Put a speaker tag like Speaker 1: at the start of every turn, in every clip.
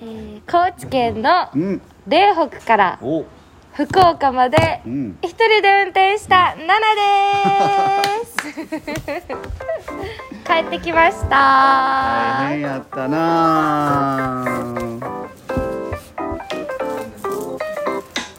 Speaker 1: えー高知県の
Speaker 2: うん
Speaker 1: 嶺北から
Speaker 2: お
Speaker 1: 福岡まで
Speaker 2: うん
Speaker 1: 一人で運転したナナです 帰ってきました
Speaker 2: 大変やったな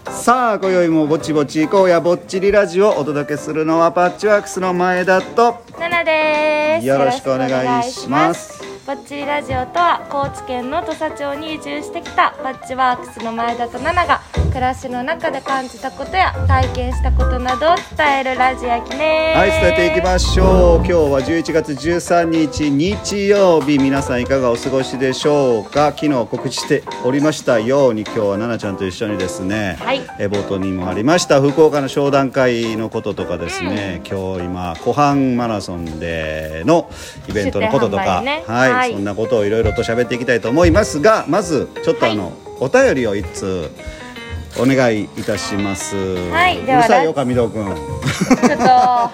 Speaker 2: さあ今宵もぼちぼち今夜ぼっちりラジオをお届けするのはパッチワークスの前田と
Speaker 1: ナナです
Speaker 2: よろしくお願いします
Speaker 1: よろしくお願いしますバッチリラジオとは高知県の土佐町に移住してきたパッチワークスの前田とナナが暮らしの中で感じたことや体験したことなどを伝えるラジオやきね
Speaker 2: はい伝えていき
Speaker 1: す
Speaker 2: ましょう今日は11月13日日曜日皆さんいかがお過ごしでしょうか昨日告知しておりましたように今日は奈々ちゃんと一緒にですね、
Speaker 1: はい
Speaker 2: え冒頭にもありました福岡の商談会のこととかですね、今日今湖畔マラソンでのイベントのことと
Speaker 1: 出店販
Speaker 2: か、
Speaker 1: 売ね
Speaker 2: はい
Speaker 1: はい
Speaker 2: そんなことをいろいろと喋っていきたいと思いますがまずちょっとあの、お便りを一通お願いいたします。
Speaker 1: はいで
Speaker 2: う
Speaker 1: は
Speaker 2: るさいよ
Speaker 1: ラ
Speaker 2: 上堂君。
Speaker 1: ちょっと
Speaker 2: は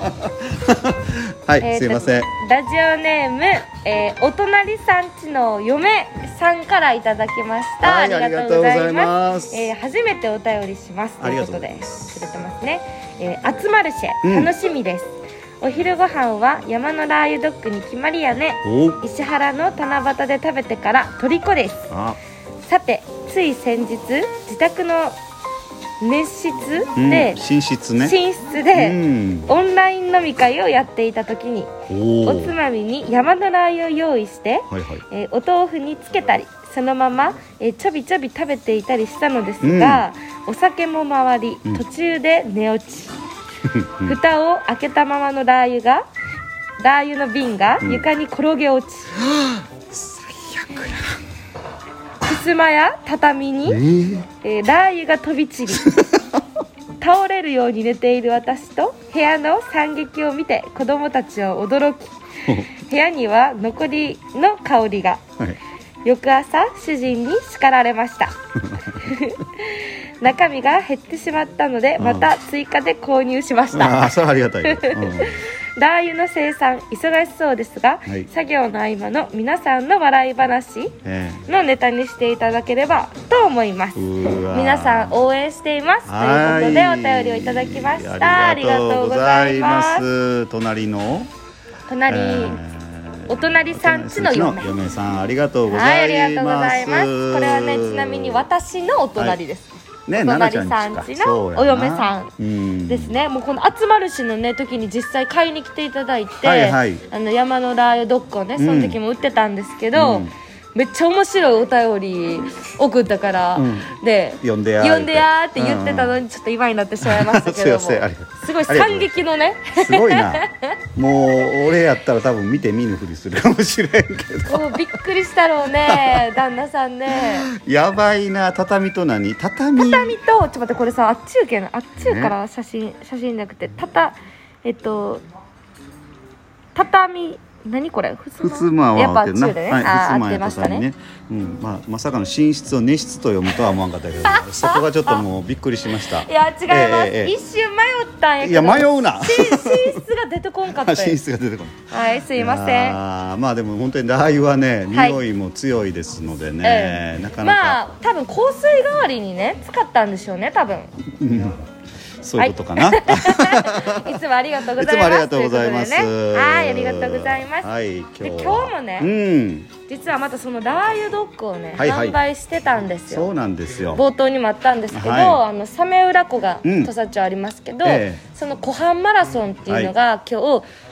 Speaker 2: い、
Speaker 1: えーと
Speaker 2: すいません。
Speaker 1: ラジオネーム、えーお隣さんちの嫁さんからいただきました、
Speaker 2: はい
Speaker 1: ありがとうござい
Speaker 2: ありがとうございま
Speaker 1: ますすえー初めてお便りしますと
Speaker 2: あり
Speaker 1: いう
Speaker 2: が
Speaker 1: ことと
Speaker 2: うござい
Speaker 1: で
Speaker 2: ます
Speaker 1: くれてますね、えー、集まるシェ、
Speaker 2: うん
Speaker 1: 楽しみですお昼ご飯は山のラー油ドッグに決まりやね
Speaker 2: お
Speaker 1: 石原の七夕で食べてから虜です
Speaker 2: あ、
Speaker 1: さてつい先日自宅の熱室
Speaker 2: うん、
Speaker 1: で、
Speaker 2: 寝室ね。
Speaker 1: 寝室で、
Speaker 2: うん、
Speaker 1: オンライン飲み会をやっていた時に
Speaker 2: おお
Speaker 1: おつまみに山のラー油を用意して、
Speaker 2: はいはい。
Speaker 1: えーお豆腐につけたりそのまま、えーちょびちょび食べていたりしたのですが、お酒も回り
Speaker 2: うん
Speaker 1: 途中で寝落ち、蓋を開けたままのラー油がラー油の瓶が
Speaker 2: ん
Speaker 1: 床に転げ落ち、襖や畳に、
Speaker 2: えー、
Speaker 1: えーラー油が飛び 散り倒れるように寝ている私と部屋の惨劇を見て子供たちは驚き部屋には残りの香りが
Speaker 2: はい。
Speaker 1: 翌朝主人に叱られました 中身が減ってしまったので
Speaker 2: うん
Speaker 1: また追加で購入しまし
Speaker 2: あ
Speaker 1: た
Speaker 2: あ、それはありがたいよ。
Speaker 1: ラー油の生産忙しそうですが、
Speaker 2: はい
Speaker 1: 作業の合間の皆さんの笑い話
Speaker 2: うん、え
Speaker 1: のネタにしていただければと思います
Speaker 2: ー、うわー。
Speaker 1: 皆さん応援していますということでお便りをいただきました
Speaker 2: は
Speaker 1: あ
Speaker 2: い
Speaker 1: りがとうございます
Speaker 2: す。隣の、
Speaker 1: 隣、
Speaker 2: ー
Speaker 1: お隣さんちの
Speaker 2: お
Speaker 1: 嫁
Speaker 2: 隣さんちの嫁さんありがとうご
Speaker 1: は
Speaker 2: ざいます。
Speaker 1: いありがとうございますこれはねちなみに私のお隣です、
Speaker 2: ね、
Speaker 1: お
Speaker 2: 奈
Speaker 1: 隣
Speaker 2: 々ちゃんちか
Speaker 1: さんちの
Speaker 2: そうやな
Speaker 1: お嫁さん
Speaker 2: うん、
Speaker 1: です。ねもうこの集まるしのね時に実際買いに来ていただいて、
Speaker 2: はいはい
Speaker 1: あの山のラー油ドッグをねその時も売ってたんですけど、
Speaker 2: うん
Speaker 1: めっちゃ面白いお便り送ったから、
Speaker 2: うん
Speaker 1: で
Speaker 2: 呼んでやー
Speaker 1: 呼んでやーって言ってたのにちょっと今になってしまいましたけども
Speaker 2: すいませんあり
Speaker 1: すごい惨劇のね
Speaker 2: すごいな。もう俺やったら多分見て見ぬふりするかもしれんけど。
Speaker 1: もうびっくりしたろうね旦那さんね
Speaker 2: やばいな畳と何畳
Speaker 1: 畳とちょっと待ってこれさあっちゅうけなあっちゅうから写真、写真じゃなくてたたえっと畳何これふす
Speaker 2: ふつま
Speaker 1: やっぱ
Speaker 2: は
Speaker 1: あっちゅうでね、あー合ってましたね
Speaker 2: うんまあ、まさかの寝室を寝室と読むとは思わんかったけ どそこがちょっともうびっくりしました
Speaker 1: いや違います、
Speaker 2: ええええ
Speaker 1: 一瞬迷ったんやけど
Speaker 2: いや迷う な
Speaker 1: 寝室が出てこんかった
Speaker 2: 寝
Speaker 1: よ
Speaker 2: 室が出てこない
Speaker 1: はいすいません
Speaker 2: あまあでも本当にラー油はね
Speaker 1: はい
Speaker 2: 匂いも強いですのでね、
Speaker 1: ええ
Speaker 2: なかなか、
Speaker 1: まあ多分香水代わりにね使ったんでしょうね多 分
Speaker 2: うんそういうことかな、
Speaker 1: いつもありがとうございます
Speaker 2: いつもありがとうございます。
Speaker 1: とうことでねはいありがとうございます、
Speaker 2: はい、今日は
Speaker 1: で今日もね
Speaker 2: うん、
Speaker 1: 実はまたそのラー油ドッグをね、
Speaker 2: はいはい
Speaker 1: 販売してたんです
Speaker 2: そ
Speaker 1: よ
Speaker 2: うなんですよ。
Speaker 1: 冒頭にもあったんですけど、
Speaker 2: は
Speaker 1: あのサメ浦湖が
Speaker 2: うん
Speaker 1: 土佐町ありますけど、
Speaker 2: ええ
Speaker 1: その湖畔マラソンっていうのが今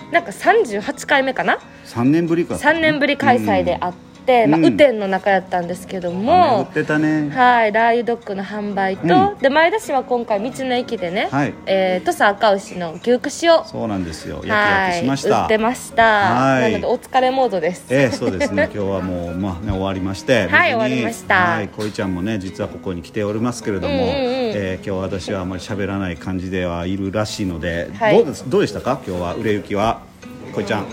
Speaker 1: 日、なんか38回目かな
Speaker 2: 三年ぶりか。
Speaker 1: 3年ぶり開催であって、
Speaker 2: うん
Speaker 1: まあ、
Speaker 2: うん
Speaker 1: 雨天の中やったんですけど
Speaker 2: 雨降
Speaker 1: も
Speaker 2: っ、てたね。
Speaker 1: はい、ラー油ドッグの販売と、
Speaker 2: う
Speaker 1: で前田市は今回道の駅でね、
Speaker 2: はい
Speaker 1: えー土佐赤牛の牛串を
Speaker 2: そうなんですよ。やきや
Speaker 1: は
Speaker 2: き
Speaker 1: い
Speaker 2: しました。
Speaker 1: 売ってました
Speaker 2: はい
Speaker 1: なのでお疲れモードです、
Speaker 2: ええそうで すね今日はもう、まあね、終わりまして
Speaker 1: はい終
Speaker 2: 無事に
Speaker 1: わりました
Speaker 2: はい恋ちゃんもね実はここに来ておりますけれども、
Speaker 1: うんうんうん
Speaker 2: ええ今日私はあまり喋らない感じではいるらしいので、
Speaker 1: はい
Speaker 2: どうですどうでしたか今日は売れ行きは恋ちゃん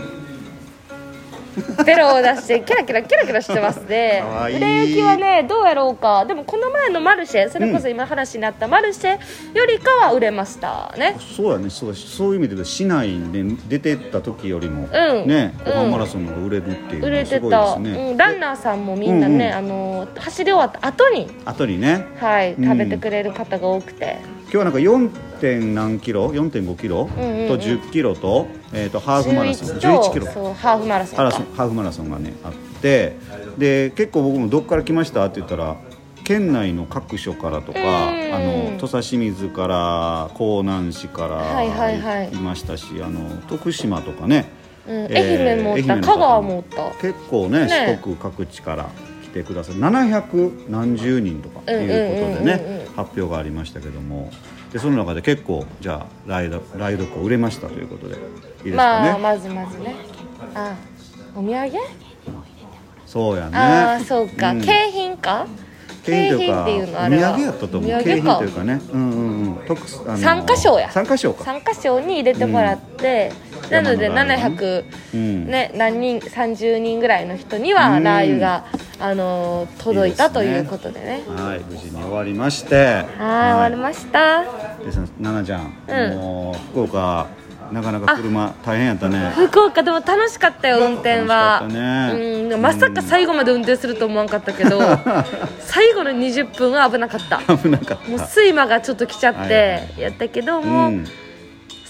Speaker 1: ベロを出してキラキラキラキラしてますね
Speaker 2: かわいい
Speaker 1: 売れ行きはねどうやろうかでもこの前のマルシェそれこそ今話になったマルシェよりかは売れましたね、
Speaker 2: そうやねそうだそういう意味で言うと市内で出てった時よりも、
Speaker 1: ん
Speaker 2: ね
Speaker 1: うん
Speaker 2: 小浜マラソンの方が売れるっていうの
Speaker 1: 売れ
Speaker 2: は
Speaker 1: て
Speaker 2: すごい
Speaker 1: た、
Speaker 2: ですね、
Speaker 1: うん、ランナーさんもみんなね、
Speaker 2: うんうん
Speaker 1: あの走り終わった後に
Speaker 2: 後にね
Speaker 1: はい
Speaker 2: うん
Speaker 1: 食べてくれる方が多くて、
Speaker 2: 今日はなんか 4. 点何キロ4.5キロ、
Speaker 1: んうんうん
Speaker 2: と10キロと,、えー、とハーフマラソン
Speaker 1: 11
Speaker 2: 11キロ
Speaker 1: そうハーフマラソン
Speaker 2: ハ
Speaker 1: か
Speaker 2: ラソンハーフマラソンがねあってで結構僕も「どっから来ました?」って言ったら県内の各所からとか
Speaker 1: うん
Speaker 2: あの土佐清水から江南市から
Speaker 1: はいはいはい
Speaker 2: いましたし、あの徳島とかね
Speaker 1: うん
Speaker 2: えー
Speaker 1: 愛媛もおっ
Speaker 2: 愛
Speaker 1: た
Speaker 2: 媛の方
Speaker 1: 香川もおった
Speaker 2: 結構ね
Speaker 1: ね
Speaker 2: 四国各地から来てくださる700何十人とかっていうことで
Speaker 1: うんうんうんうん
Speaker 2: ね発表がありましたけどもでその中で結構じゃあライドライドコ売れましたということでいいですかね、
Speaker 1: まあまずまずねあお土産
Speaker 2: そうやね
Speaker 1: ああそうか、
Speaker 2: ん
Speaker 1: 景品か
Speaker 2: 景品とい
Speaker 1: 景品っ
Speaker 2: うか
Speaker 1: ていうのあ
Speaker 2: お
Speaker 1: れ
Speaker 2: 土
Speaker 1: は
Speaker 2: 産やったと思う
Speaker 1: お土
Speaker 2: 景
Speaker 1: 産
Speaker 2: 品
Speaker 1: か
Speaker 2: というかねうんうんうん特あの
Speaker 1: 参加賞や
Speaker 2: 参加賞か
Speaker 1: 参加賞に入れてもらって、
Speaker 2: ん
Speaker 1: なので
Speaker 2: 山のラーメン
Speaker 1: 700、
Speaker 2: うん
Speaker 1: ね、何人30人ぐらいの人には
Speaker 2: うん
Speaker 1: ラー油が、あのー届い
Speaker 2: い
Speaker 1: た
Speaker 2: いです
Speaker 1: と
Speaker 2: ね
Speaker 1: いうことでね
Speaker 2: はい無事に終わりまして
Speaker 1: はい終わりました
Speaker 2: りました奈々ちゃん、
Speaker 1: うん
Speaker 2: もう福岡なかなか車大変やったね
Speaker 1: 福岡でも楽しかったよ運転は、
Speaker 2: 楽しかったね
Speaker 1: うんまさか最後まで運転すると思わんかったけど 最後の20分は危なか った
Speaker 2: 危なかっ
Speaker 1: もう
Speaker 2: た
Speaker 1: 睡魔がちょっと来ちゃっ
Speaker 2: はいは
Speaker 1: てやったけども、
Speaker 2: うん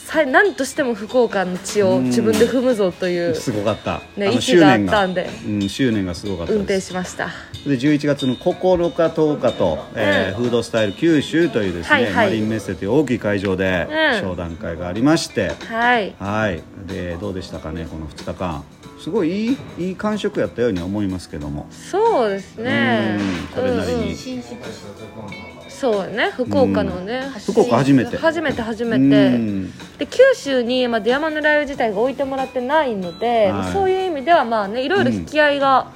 Speaker 1: さ何としても福岡の血を自分で踏むぞという
Speaker 2: すごかった、
Speaker 1: ね
Speaker 2: あの
Speaker 1: 息があったんで
Speaker 2: 執念がうん、執念がすごかった
Speaker 1: 運
Speaker 2: で
Speaker 1: 転
Speaker 2: す
Speaker 1: しました
Speaker 2: で11月の9日10日と、えー
Speaker 1: うん
Speaker 2: フードスタイル九州というですね、
Speaker 1: はいはい
Speaker 2: マリンメッセという大きい会場で
Speaker 1: うん
Speaker 2: 商談会がありまして、
Speaker 1: はい
Speaker 2: はい、でどうでしたかねこの2日間すごいいいいい感触やったように思いますけども、
Speaker 1: そうですね
Speaker 2: うんそれなり
Speaker 1: うん
Speaker 2: に、
Speaker 1: うんそうね福岡のね、
Speaker 2: 福岡初めて
Speaker 1: 初めて初め
Speaker 2: う
Speaker 1: て
Speaker 2: ん
Speaker 1: で九州にまだ山のライオ自体が置いてもらってないので、
Speaker 2: はい
Speaker 1: そういう意味ではまあねいろいろ引き合いが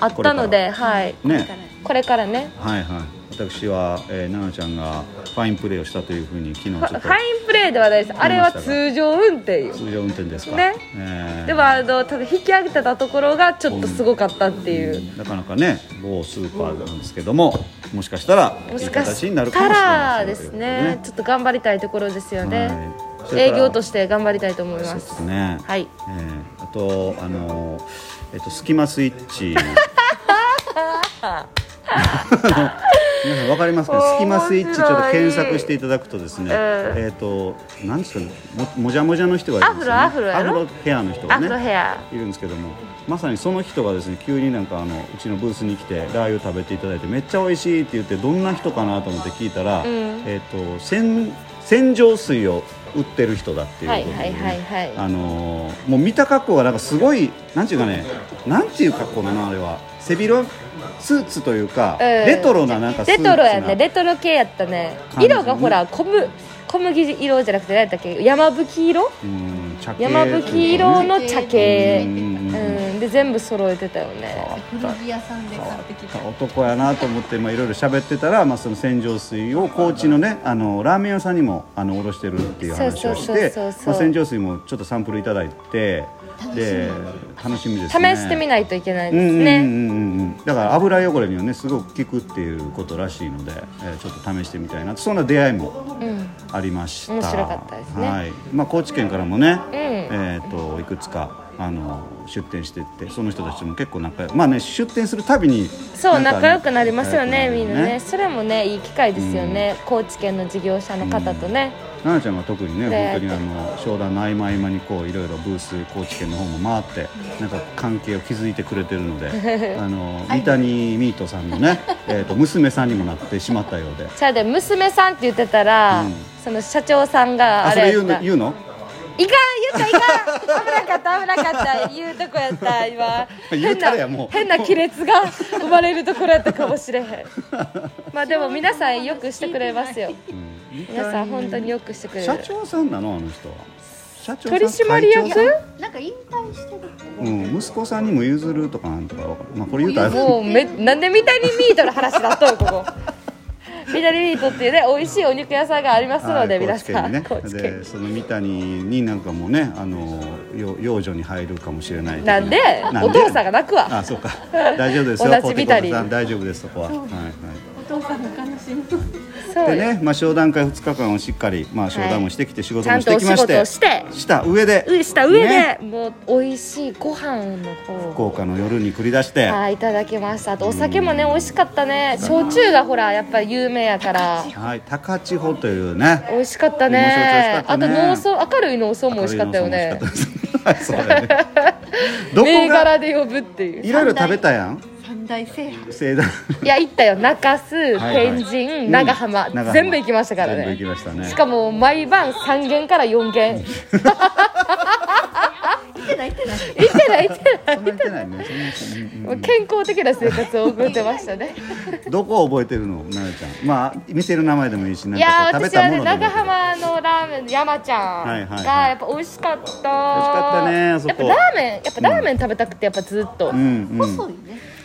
Speaker 1: あったので、はい
Speaker 2: ね
Speaker 1: これからね
Speaker 2: はいはい私は、えー、奈々ちゃんがファインプレーをしたというふうに昨日ちょ
Speaker 1: フ
Speaker 2: っと
Speaker 1: ァファインプレーではないですあれは通常運転よ
Speaker 2: 通常運転ですか
Speaker 1: ね
Speaker 2: えー
Speaker 1: でもあのただ引き上げてたところがちょっとすごかったっていう、
Speaker 2: なかなかね某スーパーなんですけどももしかしたら
Speaker 1: も
Speaker 2: いい
Speaker 1: しか
Speaker 2: 形に
Speaker 1: し
Speaker 2: なるか
Speaker 1: た
Speaker 2: もしれ
Speaker 1: ら
Speaker 2: ない
Speaker 1: ですねちょっと頑張りたいところですよ
Speaker 2: ということ
Speaker 1: ね、
Speaker 2: ではいそれ
Speaker 1: 営
Speaker 2: から
Speaker 1: 業として頑張りたいと思いま
Speaker 2: そうですすね
Speaker 1: はい
Speaker 2: えーあとあのえっとスキマスイッ チ皆さんわかりますか
Speaker 1: 面白い
Speaker 2: スキマスイッチちょっと検索していただくとですね、
Speaker 1: うん
Speaker 2: えっ、と何ですかねももじゃもじゃの人がいるんですよ、ね、
Speaker 1: アフロアフロやろ
Speaker 2: ヘアの人が
Speaker 1: ア
Speaker 2: ね
Speaker 1: フロヘア
Speaker 2: いるんですけどもまさにその人がですね急になんかあのうちのブースに来てラー油食べていただいてめっちゃ美味しいって言ってどんな人かなと思って聞いたら、
Speaker 1: ん
Speaker 2: えっ、と洗洗浄水を売ってる人だっていうことで、ね
Speaker 1: はいはいはいはい
Speaker 2: あのーもう見た格好がなんかすごいなんていうかねなんていう格好なのあれは背広スーツというか、
Speaker 1: うん
Speaker 2: レトロななんかスー
Speaker 1: レ
Speaker 2: ツな
Speaker 1: トロやねレトロ系やったね
Speaker 2: 感じね
Speaker 1: 色がほら小麦小麦色じゃなくて何だっけ山吹色
Speaker 2: うん茶系
Speaker 1: 山吹色の茶系う
Speaker 2: う
Speaker 1: ん
Speaker 2: うんうん
Speaker 1: んで全部揃えてたよね
Speaker 3: 古着屋さんで買ってきた
Speaker 2: 男やなと思ってまあいろいろ喋ってたら、まあ、その洗浄水を高知のねあのラーメン屋さんにもあの卸してるっていう話をして
Speaker 1: そうそうそうそうそう
Speaker 2: まあ洗浄水もちょっとサンプルいただいてで楽しみで
Speaker 1: 試
Speaker 2: すね
Speaker 1: してみないといけない
Speaker 2: うん
Speaker 1: です
Speaker 2: うん
Speaker 1: ね
Speaker 2: うんうんうんだから油汚れにはねすごく効くっていうことらしいので、えーちょっと試してみたいなそんな出会いも
Speaker 1: うん
Speaker 2: ありました
Speaker 1: 面白かったですね
Speaker 2: はいまあ、高知県からもね、
Speaker 1: うん
Speaker 2: えー、といくつかあの出店してってその人たちも結構仲良くまあね出店するたびに
Speaker 1: そう
Speaker 2: なんか
Speaker 1: 仲良くなりますよね
Speaker 2: 仲
Speaker 1: み
Speaker 2: 良
Speaker 1: ん
Speaker 2: く
Speaker 1: な
Speaker 2: る
Speaker 1: ねそれもねいい機会ですよね高知県の事業者の方とね
Speaker 2: 奈々ちゃんは特にね
Speaker 1: ね
Speaker 2: 本当にあの商談の合間合間にこういろいろブース高知県の方も回ってなんか関係を築いてくれてる のであの三谷ミートさんのねえーと娘さんにもなってしまったようで
Speaker 1: じゃあで娘さんって言ってたら
Speaker 2: うん
Speaker 1: その社長さんが
Speaker 2: あ
Speaker 1: あ
Speaker 2: それ
Speaker 1: れ
Speaker 2: 言
Speaker 1: や
Speaker 2: う
Speaker 1: っ
Speaker 2: の
Speaker 1: た
Speaker 2: 言うの
Speaker 1: いかん言ったらいかん危なかった危なかった言うとこやった今
Speaker 2: 言う
Speaker 1: 変
Speaker 2: たらや
Speaker 1: な
Speaker 2: もう
Speaker 1: 変な亀裂が 生まれるところやったかもしれへんまあでも皆さんよくしてくれますよ皆さん本当によくしてくれる
Speaker 2: 社長さんなのあの人は社長さん
Speaker 1: 取締
Speaker 2: 会長さん
Speaker 1: 役
Speaker 3: なんか引退してるっ
Speaker 2: う
Speaker 3: て
Speaker 2: ん息子さんにも譲るとかなんとかわかるまあこれ言うたら
Speaker 1: もうめなんで三谷ミートの話だっとるここ三谷ミートっていうね美味しいお肉屋さんがありますので、
Speaker 2: はい
Speaker 1: 皆さん
Speaker 2: 高知県にねでその三谷になんかもうねあのよ養女に入るかもしれない
Speaker 1: なんでお父さんが泣くわ
Speaker 2: あそうか大丈夫ですよ
Speaker 1: 同じ三谷
Speaker 2: ポテコさん大丈夫ですそこは、はいはい
Speaker 3: お父さんの悲しみと
Speaker 1: そう
Speaker 2: で
Speaker 1: よ、
Speaker 2: ね、まあ、商談会2日間をしっかり、まあ、商談もしてきて、仕事
Speaker 1: ちゃ
Speaker 2: も
Speaker 1: ん
Speaker 2: し
Speaker 1: と
Speaker 2: て
Speaker 1: お
Speaker 2: き
Speaker 1: 仕
Speaker 2: まし
Speaker 1: 事
Speaker 2: て
Speaker 1: をして
Speaker 2: した上で
Speaker 1: うした上で、
Speaker 2: ね
Speaker 1: もう美味しいご飯の
Speaker 2: 福
Speaker 1: 方
Speaker 2: 岡の夜に繰り出して、は
Speaker 1: はいいただきましたあとお酒もね美味しかったね焼酎がほらやっぱ有名やから
Speaker 2: い高千穂というね
Speaker 1: 美味しかった
Speaker 2: 面白い美味しか
Speaker 1: ね
Speaker 2: った
Speaker 1: あと
Speaker 2: ね
Speaker 1: 農村明るい農村も美味しかったよね
Speaker 2: 明るいのそう美味しかったです そうだねどこ
Speaker 1: 銘
Speaker 2: が
Speaker 1: 柄で呼ぶっていう
Speaker 2: いろいろ食べたやん
Speaker 3: 三大制覇
Speaker 2: 盛大
Speaker 1: いや行ったよ中洲
Speaker 2: はいはい
Speaker 1: 天神、
Speaker 2: うん
Speaker 1: 長浜
Speaker 2: 長浜
Speaker 1: 全部行きましたからね
Speaker 2: 全部行きましたね
Speaker 1: しかも毎晩3軒から4軒
Speaker 3: 行ってない行ってない
Speaker 1: 行ってない行 ってない
Speaker 2: そんなに行ってないねそんなに行ってないうんうん
Speaker 1: もう健康的な生活を送ってましたね
Speaker 2: どこを覚えてるのななちゃんまあ店の名前でもいいしないんか
Speaker 1: やー
Speaker 2: こう食べ
Speaker 1: 私
Speaker 2: た
Speaker 1: は
Speaker 2: も
Speaker 1: ね
Speaker 2: のでもいいけ
Speaker 1: 長
Speaker 2: ど
Speaker 1: 浜のラーメン山ちゃ
Speaker 2: はい
Speaker 1: ん
Speaker 2: はいはい
Speaker 1: がやっぱ美味しかった美味し
Speaker 2: かったねあそこ
Speaker 1: やっぱラーメンやっぱラーメン食べたくてやっぱずっと、
Speaker 2: うんうん
Speaker 3: 細いね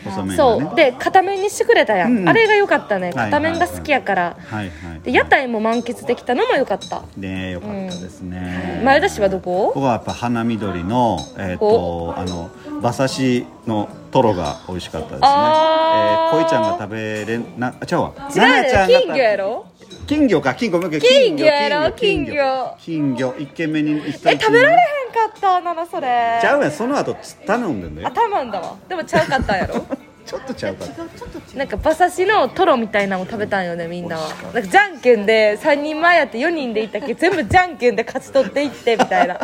Speaker 2: 細麺がね
Speaker 1: そうで片面にしてくれたやん、
Speaker 2: うん
Speaker 1: あれが良かったね
Speaker 2: はいはい
Speaker 1: 片面が好きやから、
Speaker 2: はいはい
Speaker 1: で屋台も満喫できたのも良かった
Speaker 2: ねよかったですね、
Speaker 1: 前田市はどこ
Speaker 2: ここはやっぱ花緑のえっ、
Speaker 1: お
Speaker 2: とあの馬刺しのトロが美味しかったですね。え
Speaker 1: あ
Speaker 2: ー、
Speaker 1: ー
Speaker 2: こいちゃんが食べれんなあ違うわ。
Speaker 1: 違うよ
Speaker 2: ななちゃんが食べ
Speaker 1: 金魚やろ
Speaker 2: 金魚か金魚金魚
Speaker 1: 金魚やろ金魚
Speaker 2: 金魚一軒目に行った
Speaker 1: え食べられへ
Speaker 2: ん。
Speaker 1: んかったなのそれ
Speaker 2: ちゃうやんその後頼んでんだ
Speaker 1: あ
Speaker 2: よ。
Speaker 1: 頼んだわでもちゃうかったんやろ
Speaker 2: ちょっとちゃうか
Speaker 3: 違
Speaker 2: ら
Speaker 3: う。ちょっと違う
Speaker 1: なんか馬刺しのトロみたいなのを食べたんよねみんなはなんかじゃんけんで3人前やって4人で行ったっけ全部じゃんけんで勝ち取っていってみ たいな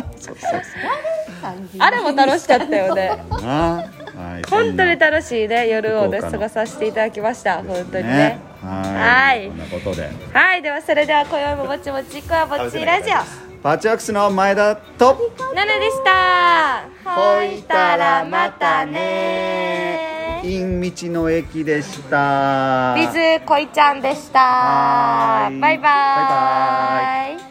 Speaker 3: 三人
Speaker 1: あれも楽しかったよね
Speaker 2: あーはい。
Speaker 1: 本当に楽しいね夜をね
Speaker 2: 福岡
Speaker 1: 過
Speaker 2: の
Speaker 1: ごさせていただきました
Speaker 2: そんな
Speaker 1: 本当にね
Speaker 2: は
Speaker 1: はい
Speaker 2: い。こんなことで。
Speaker 1: はいではそれでは今宵ももちもちくわぼっちラジオ
Speaker 2: パッチワークスの前田と。
Speaker 1: ナナでしたほいたらまたね
Speaker 2: 陰道の駅でした
Speaker 1: ビズこいちゃんでした
Speaker 2: は
Speaker 1: バ
Speaker 2: ー
Speaker 1: イ
Speaker 2: い
Speaker 1: バ
Speaker 2: バ
Speaker 1: イ